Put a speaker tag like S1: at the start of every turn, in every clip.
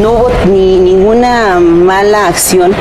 S1: no hubo ni ninguna mala acción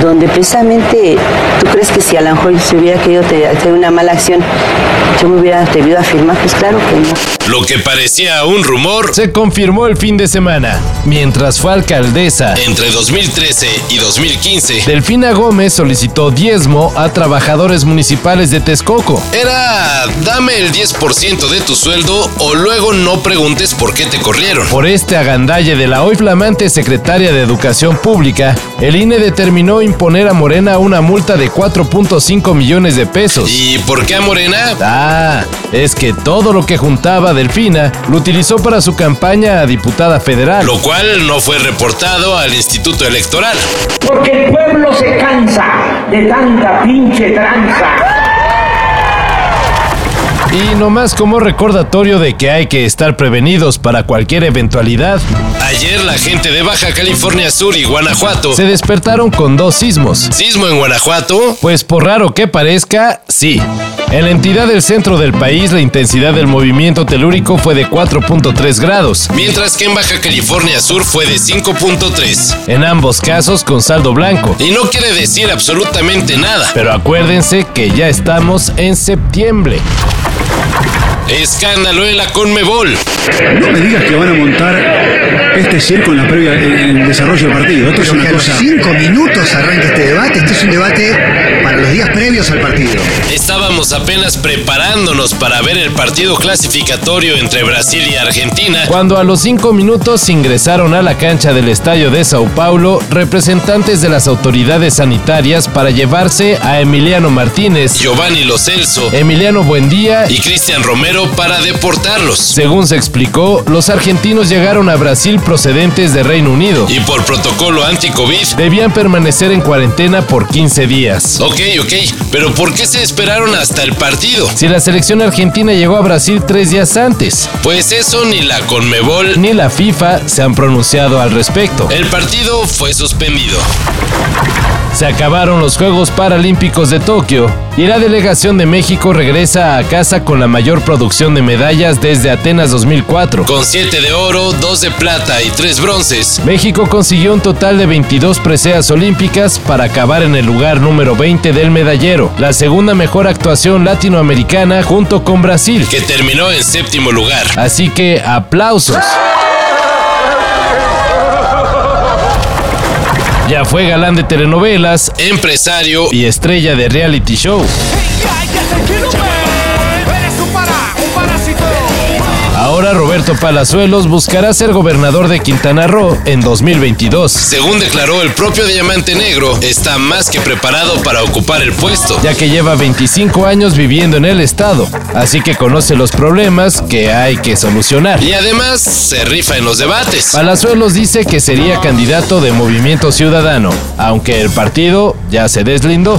S1: donde precisamente tú crees que si a lo mejor se hubiera querido te- hacer una mala acción, yo me hubiera atrevido a afirmar, pues claro que no.
S2: Lo que parecía un rumor
S3: Se confirmó el fin de semana. Mientras fue alcaldesa,
S2: entre 2013 y 2015
S3: Delfina Gómez solicitó diezmo a trabajadores municipales de Texcoco.
S2: era dame el 10% de tu sueldo o luego no preguntes por qué te corrieron.
S3: Por este agandalle de la hoy flamante secretaria de Educación Pública, el INE determinó imponer a Morena una multa de 4.5 millones de pesos.
S2: ¿Y por qué a Morena?
S3: Ah, es que todo lo que juntaba Delfina lo utilizó para su campaña a diputada federal.
S2: Lo cual no fue reportado al Instituto Electoral.
S4: Porque el pueblo se cansa de tanta pinche tranza.
S3: Y nomás como recordatorio de que hay que estar prevenidos para cualquier eventualidad,
S2: Ayer la gente de Baja California Sur y Guanajuato.
S3: se despertaron con dos sismos.
S2: Sismo en Guanajuato.
S3: Pues por raro que parezca, sí. En la entidad del centro del país la intensidad del movimiento telúrico fue de 4.3 grados,
S2: Mientras que en Baja California Sur fue de 5.3.
S3: en ambos casos con saldo blanco.
S2: Y no quiere decir absolutamente nada.
S3: Pero acuérdense que ya estamos en septiembre.
S2: Escándalo en la Conmebol.
S5: No me digas que van a montar este circo en la previa, en, en el desarrollo del partido. Esto es
S6: Pero
S5: una
S6: que a los
S5: cosa.
S6: cinco minutos arranca este debate. Este es un debate para los días previos al partido.
S2: Estábamos apenas preparándonos para ver el partido clasificatorio entre Brasil y Argentina.
S3: Cuando a los 5 minutos ingresaron a la cancha del Estadio de Sao Paulo representantes de las autoridades sanitarias para llevarse a Emiliano Martínez,
S2: Giovanni Lo Celso
S3: Emiliano Buendía
S2: y Cristian Romero para deportarlos.
S3: Según se explicó, los argentinos llegaron a Brasil procedentes de Reino Unido.
S2: Y por protocolo anti-COVID.
S3: Debían permanecer en cuarentena por 15 días.
S2: Ok, ok, pero ¿por qué se esperaron hasta el partido?
S3: Si la selección argentina llegó a Brasil tres días antes,
S2: Pues eso ni la Conmebol.
S3: ni la FIFA se han pronunciado al respecto.
S2: El partido fue suspendido.
S3: Se acabaron los Juegos Paralímpicos de Tokio y la delegación de México regresa a casa con la mayor producción de medallas desde Atenas 2004.
S2: Con 7 de oro, 2 de plata y 3 bronces.
S3: México consiguió un total de 22 preseas olímpicas para acabar en el lugar número 20 del medallero, la segunda mejor actuación latinoamericana junto con Brasil.
S2: que terminó en séptimo lugar.
S3: Así que aplausos. Ya fue galán de telenovelas
S2: Empresario y
S3: y estrella de reality show. Ahora Roberto Palazuelos buscará ser gobernador de Quintana Roo en 2022.
S2: según declaró el propio Diamante Negro, está más que preparado para ocupar el puesto.
S3: ya que lleva 25 años viviendo en el estado, así que conoce los problemas que hay que solucionar.
S2: Y además se rifa en los debates.
S3: Palazuelos dice que sería candidato de Movimiento Ciudadano, aunque el partido ya se deslindó.